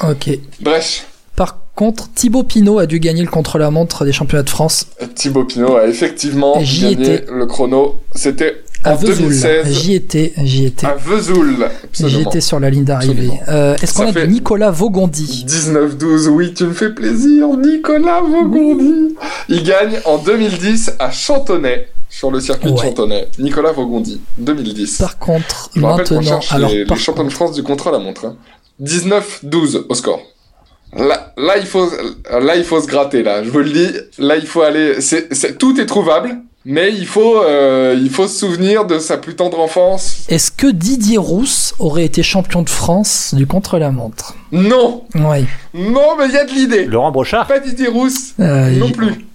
[SPEAKER 7] Ok.
[SPEAKER 6] Bref.
[SPEAKER 7] Par contre, Thibaut Pinot a dû gagner le contre-la-montre des championnats de France
[SPEAKER 6] Thibaut Pinot a effectivement
[SPEAKER 7] Et j'y
[SPEAKER 6] gagné
[SPEAKER 7] étais.
[SPEAKER 6] le chrono. C'était
[SPEAKER 7] à
[SPEAKER 6] en
[SPEAKER 7] Vesoul.
[SPEAKER 6] 2016
[SPEAKER 7] J'y étais, j'y étais.
[SPEAKER 6] à Vesoul.
[SPEAKER 7] J'y
[SPEAKER 6] Ah, Absolument.
[SPEAKER 7] étais sur la ligne d'arrivée.
[SPEAKER 6] Absolument.
[SPEAKER 7] Euh, Est-ce qu'on
[SPEAKER 6] Ça
[SPEAKER 7] a
[SPEAKER 6] fait-
[SPEAKER 7] du Nicolas Vaugondi
[SPEAKER 6] 19-12, oui, tu me fais plaisir, Nicolas Vaugondi. Il gagne en 2010 à Chantonnay, sur le circuit de
[SPEAKER 7] Ouais.
[SPEAKER 6] Chantonnay. Nicolas Vaugondi, 2010.
[SPEAKER 7] Par contre,
[SPEAKER 6] Je me rappelle qu'on
[SPEAKER 7] maintenant,
[SPEAKER 6] cherche
[SPEAKER 7] alors
[SPEAKER 6] les,
[SPEAKER 7] par
[SPEAKER 6] les champions de France du contrôle à montre. hein. 19-12 au score. Là, là, il faut, là, il faut se gratter, là. Je vous le dis. Là, il faut aller. c'est c'est- tout est trouvable, mais il faut, euh, il faut se souvenir de sa plus tendre enfance.
[SPEAKER 7] Est-ce que Didier Rousse aurait été champion de France du contre-la-montre
[SPEAKER 6] Non!
[SPEAKER 7] Oui.
[SPEAKER 6] Non, mais il y a de l'idée.
[SPEAKER 5] Laurent Brochard.
[SPEAKER 6] Pas Didier Rousse.
[SPEAKER 7] Euh,
[SPEAKER 6] non
[SPEAKER 7] j'ai-
[SPEAKER 6] plus.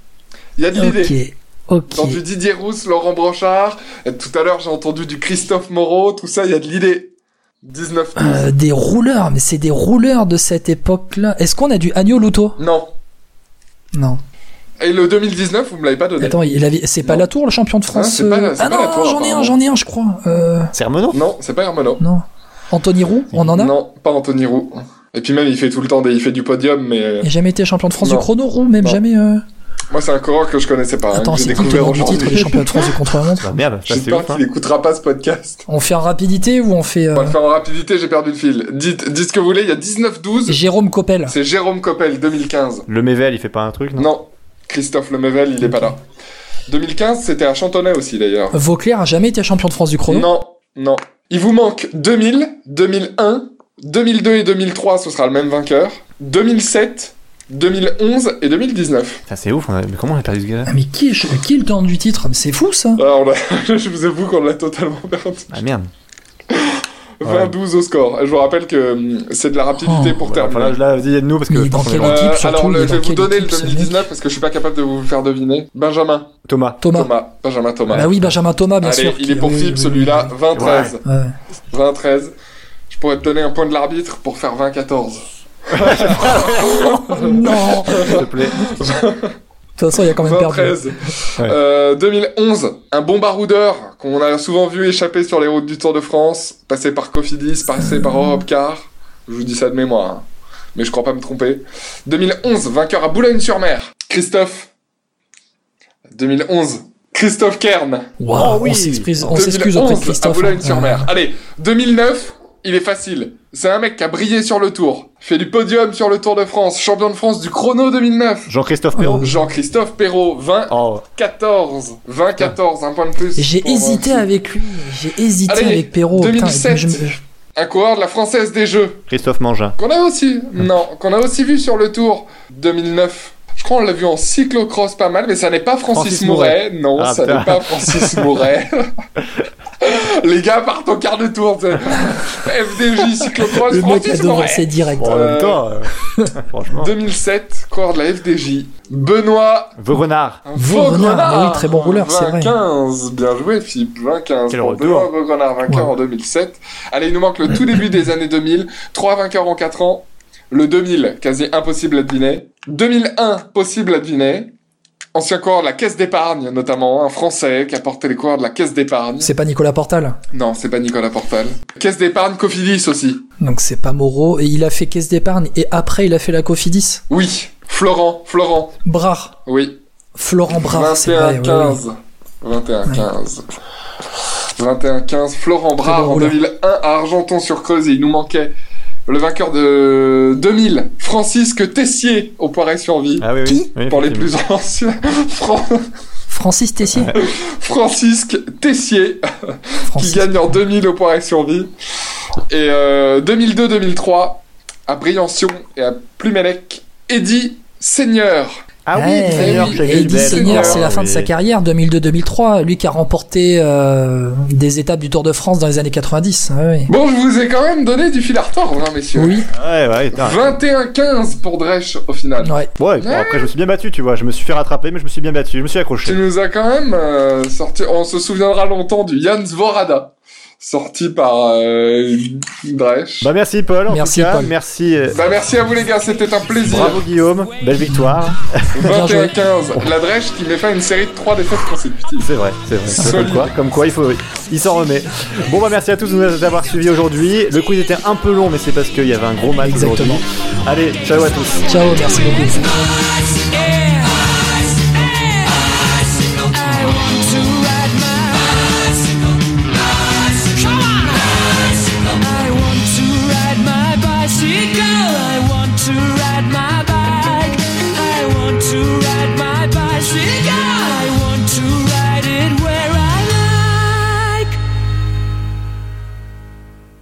[SPEAKER 6] Il y a de l'idée.
[SPEAKER 7] Ok. Ok.
[SPEAKER 6] Dans du Didier Rousse, Laurent Branchard. Et tout à l'heure, j'ai entendu du Christophe Moreau. Tout ça, il y a de l'idée. 19
[SPEAKER 7] Euh, des rouleurs, mais c'est des rouleurs de cette époque-là. Est-ce qu'on a du Agnolouto
[SPEAKER 6] Non.
[SPEAKER 7] Non.
[SPEAKER 6] Et le 2019, vous me l'avez pas donné.
[SPEAKER 7] Attends, il avait- c'est pas
[SPEAKER 6] Non.
[SPEAKER 7] la tour le champion de France
[SPEAKER 6] c'est pas la-
[SPEAKER 7] euh,
[SPEAKER 6] c'est
[SPEAKER 7] Ah
[SPEAKER 6] pas
[SPEAKER 7] non,
[SPEAKER 6] la Tour,
[SPEAKER 7] j'en ai un,
[SPEAKER 6] apparemment.
[SPEAKER 7] j'en ai un, je crois. Euh,
[SPEAKER 5] C'est Hermenot.
[SPEAKER 6] Non, c'est pas Hermano.
[SPEAKER 7] non. Anthony Roux, on en a
[SPEAKER 6] Non, pas Anthony Roux. Et puis même, il fait tout le temps des, il fait du podium, mais euh,
[SPEAKER 7] Il a jamais été champion de France
[SPEAKER 6] Non.
[SPEAKER 7] du chrono Roux, même
[SPEAKER 6] Non.
[SPEAKER 7] jamais. euh.
[SPEAKER 6] moi, c'est un coureur que je connaissais pas. hein,
[SPEAKER 7] Attends,
[SPEAKER 6] que j'ai
[SPEAKER 7] c'est qui le tenant
[SPEAKER 6] découvert
[SPEAKER 7] du titre des
[SPEAKER 6] aujourd'hui.
[SPEAKER 7] champions de France du contre-la-montre
[SPEAKER 5] Bah, merde, ça c'est
[SPEAKER 6] J'espère
[SPEAKER 5] ouf. hein.
[SPEAKER 6] qu'il écoutera pas ce podcast.
[SPEAKER 7] On fait en rapidité ou on fait. euh,
[SPEAKER 6] On va le faire en rapidité, j'ai perdu le fil. Dites, dites ce que vous voulez, il y a 19-12.
[SPEAKER 7] Jérôme Coppel.
[SPEAKER 6] C'est Jérôme Coppel, 2015.
[SPEAKER 5] Le Mével, il fait pas un truc, non
[SPEAKER 6] Non, Christophe Lemevel, il est pas là. 2015, c'était à Chantonnay aussi, d'ailleurs.
[SPEAKER 7] Vauclair a jamais été champion de France du chrono.
[SPEAKER 6] Non, non. Il vous manque 2000, 2001, 2002 et 2003, ce sera le même vainqueur. 2007, 2011 et 2019.
[SPEAKER 5] Putain, c'est ouf. on a- Mais comment on a perdu ce gars-là
[SPEAKER 7] Ah, mais qui est, qui est le tenant du titre Mais C'est fou ça.
[SPEAKER 6] Ah, on l'a- je vous avoue qu'on l'a totalement perdu.
[SPEAKER 5] Ah merde.
[SPEAKER 6] 20-12 au score. Je vous rappelle que hum, c'est de la rapidité
[SPEAKER 7] Oh,
[SPEAKER 6] pour
[SPEAKER 5] Voilà,
[SPEAKER 6] terminer.
[SPEAKER 5] Enfin, là, là, vas-y, aide-nous parce que
[SPEAKER 7] Mais
[SPEAKER 5] je
[SPEAKER 7] dans
[SPEAKER 5] pense qu'on est
[SPEAKER 7] quel
[SPEAKER 5] loin.
[SPEAKER 7] ordre
[SPEAKER 6] Euh,
[SPEAKER 7] équipe,
[SPEAKER 6] alors,
[SPEAKER 7] surtout,
[SPEAKER 6] le-
[SPEAKER 7] il est
[SPEAKER 6] je vais
[SPEAKER 7] dans
[SPEAKER 6] vous
[SPEAKER 7] quelle
[SPEAKER 6] donner le
[SPEAKER 7] équipe, ce
[SPEAKER 6] 2019 parce que je suis pas capable de vous faire deviner. Benjamin.
[SPEAKER 5] Thomas.
[SPEAKER 7] Thomas.
[SPEAKER 6] Thomas. Benjamin Thomas.
[SPEAKER 7] Bah oui, Benjamin Thomas, bien
[SPEAKER 6] Allez,
[SPEAKER 7] sûr.
[SPEAKER 6] il
[SPEAKER 7] qui-
[SPEAKER 6] est pour
[SPEAKER 7] oui,
[SPEAKER 6] Philippe
[SPEAKER 7] oui,
[SPEAKER 6] celui-là.
[SPEAKER 7] oui.
[SPEAKER 6] 20-13.
[SPEAKER 7] Ouais.
[SPEAKER 6] 20-13. Je pourrais te donner un point de l'arbitre pour faire 20-14.
[SPEAKER 7] non De
[SPEAKER 5] s'il te plaît.
[SPEAKER 7] toute façon, il y a quand même perdu.
[SPEAKER 6] 23. Euh, 2011, un bon baroudeur qu'on a souvent vu échapper sur les routes du Tour de France, passé par Cofidis, passé par Europcar. Je vous dis ça de mémoire, hein. mais je crois pas me tromper. 2011, vainqueur à Boulogne-sur-Mer, Christophe. 2011, Christophe Kern.
[SPEAKER 7] Waouh,
[SPEAKER 5] Oh oui.
[SPEAKER 7] on s'excuse, on
[SPEAKER 6] 2011,
[SPEAKER 7] s'excuse auprès de
[SPEAKER 6] à
[SPEAKER 7] Christophe. hein.
[SPEAKER 6] Boulogne-sur-Mer. Allez, 2009, il est facile. C'est un mec qui a brillé sur le Tour, fait du podium sur le Tour de France, champion de France du chrono 2009.
[SPEAKER 5] Jean-Christophe
[SPEAKER 7] Euh,
[SPEAKER 5] Perrault.
[SPEAKER 6] Jean-Christophe Perrault, 20
[SPEAKER 5] Oh,
[SPEAKER 6] 14, 20, 14, un point de plus.
[SPEAKER 7] J'ai
[SPEAKER 6] pour,
[SPEAKER 7] hésité
[SPEAKER 6] euh,
[SPEAKER 7] avec lui, j'ai hésité
[SPEAKER 6] Allez,
[SPEAKER 7] avec Perrault. putain,
[SPEAKER 6] 2007.
[SPEAKER 7] je me- je-
[SPEAKER 6] Un coureur de la Française des Jeux,
[SPEAKER 5] Christophe Mangin.
[SPEAKER 6] qu'on a aussi, non, qu'on a aussi vu sur le Tour 2009. Je crois qu'on l'a vu en cyclocross pas mal, mais ça n'est pas Francis,
[SPEAKER 5] Francis
[SPEAKER 6] Mouret. Non,
[SPEAKER 5] Ah,
[SPEAKER 6] ça
[SPEAKER 5] putain.
[SPEAKER 6] n'est pas Francis Mouret. Les gars partent au quart de tour. tu sais. FDJ cyclocross,
[SPEAKER 7] le mec a
[SPEAKER 6] Francis Mouret.
[SPEAKER 7] devancé direct.
[SPEAKER 5] Bon, en
[SPEAKER 6] Euh,
[SPEAKER 5] même temps, euh, franchement.
[SPEAKER 6] 2007, coureur de la FDJ, Benoît
[SPEAKER 5] Vaurenard.
[SPEAKER 7] Vaugrenard,
[SPEAKER 6] Vaugrenard.
[SPEAKER 7] oui, très bon rouleur, c'est vrai.
[SPEAKER 6] 15, bien joué Philippe, 25
[SPEAKER 5] Quel
[SPEAKER 6] pour
[SPEAKER 5] retour.
[SPEAKER 6] Benoît Vaugrenard, vainqueur
[SPEAKER 7] Ouais.
[SPEAKER 6] en 2007. Allez, il nous manque le tout début des années 2000, trois vainqueurs en 4 ans, le 2000, quasi impossible à deviner, 2001, possible à deviner, ancien coureur de la Caisse d'épargne notamment, un Français qui a porté les coureurs de la Caisse d'épargne.
[SPEAKER 7] C'est pas Nicolas Portal,
[SPEAKER 6] Non, c'est pas Nicolas Portal. Caisse d'épargne Cofidis aussi.
[SPEAKER 7] donc c'est pas Moreau, et il a fait caisse d'épargne, et après il a fait la Cofidis.
[SPEAKER 6] Oui, Florent, Florent,
[SPEAKER 7] Brard,
[SPEAKER 6] oui.
[SPEAKER 7] Florent Brard, Ah, c'est vrai. oui, oui.
[SPEAKER 6] 21-15. 21-15. 21-15. Florent
[SPEAKER 7] Très bon
[SPEAKER 6] Brard en
[SPEAKER 7] rouleur.
[SPEAKER 6] 2001 à Argenton-sur-Creuse. Et il nous manquait le vainqueur de 2000, Francisque Tessier au Poiret-sur-Vie.
[SPEAKER 5] Ah oui, oui.
[SPEAKER 7] Qui
[SPEAKER 5] Oui,
[SPEAKER 6] Pour les plus
[SPEAKER 5] effectivement.
[SPEAKER 6] anciens, Fran-
[SPEAKER 7] Francis Tessier
[SPEAKER 6] Francisque Tessier qui
[SPEAKER 7] Francis.
[SPEAKER 6] gagne en 2000 au Poiret-sur-Vie. Et euh, 2002-2003 à Briançon et à Plumelec, Eddy Seigneur.
[SPEAKER 5] Ah oui,
[SPEAKER 7] Ouais,
[SPEAKER 5] Seigneur,
[SPEAKER 6] oui,
[SPEAKER 5] j'ai
[SPEAKER 7] Eh, Et
[SPEAKER 5] vu
[SPEAKER 7] Eddie
[SPEAKER 5] belle.
[SPEAKER 7] Seigneur,
[SPEAKER 6] Oh,
[SPEAKER 7] c'est la fin de
[SPEAKER 5] oui.
[SPEAKER 7] sa carrière, 2002-2003. Lui qui a remporté euh, des étapes du Tour de France dans les années Ah 90. ouais, ouais.
[SPEAKER 6] Bon, je vous ai quand même donné du fil à retordre, hein, messieurs.
[SPEAKER 7] Oui,
[SPEAKER 5] Ouais, ouais, putain.
[SPEAKER 6] 21-15 pour Dresch au final.
[SPEAKER 7] ouais.
[SPEAKER 5] Ouais, bon, après, je me suis bien battu, tu vois. Je me suis fait rattraper, mais je me suis bien battu. Je me suis
[SPEAKER 6] Tu
[SPEAKER 5] accroché.
[SPEAKER 6] nous as quand même euh, sorti. On se souviendra longtemps du Jan Vorada, sorti par euh, Dresch. Bah,
[SPEAKER 5] Bah, merci, Paul. En
[SPEAKER 7] Merci,
[SPEAKER 5] tout cas.
[SPEAKER 7] Paul.
[SPEAKER 5] Merci. euh,
[SPEAKER 6] merci à vous les gars, c'était un plaisir.
[SPEAKER 5] Bravo, Guillaume. Belle victoire.
[SPEAKER 7] Bien joué.
[SPEAKER 6] 21-15. La Dresch qui met fin à une série de 3 défaites consécutives.
[SPEAKER 5] C'est vrai, c'est vrai.
[SPEAKER 6] Solide.
[SPEAKER 5] Comme quoi, comme quoi, il faut, il s'en remet. Bon bah merci à tous de nous avoir suivis aujourd'hui. Le quiz était un peu long, mais c'est parce qu'il y avait un gros match
[SPEAKER 7] Exactement.
[SPEAKER 5] aujourd'hui. Allez, ciao à tous.
[SPEAKER 7] Ciao, merci beaucoup.
[SPEAKER 1] Let's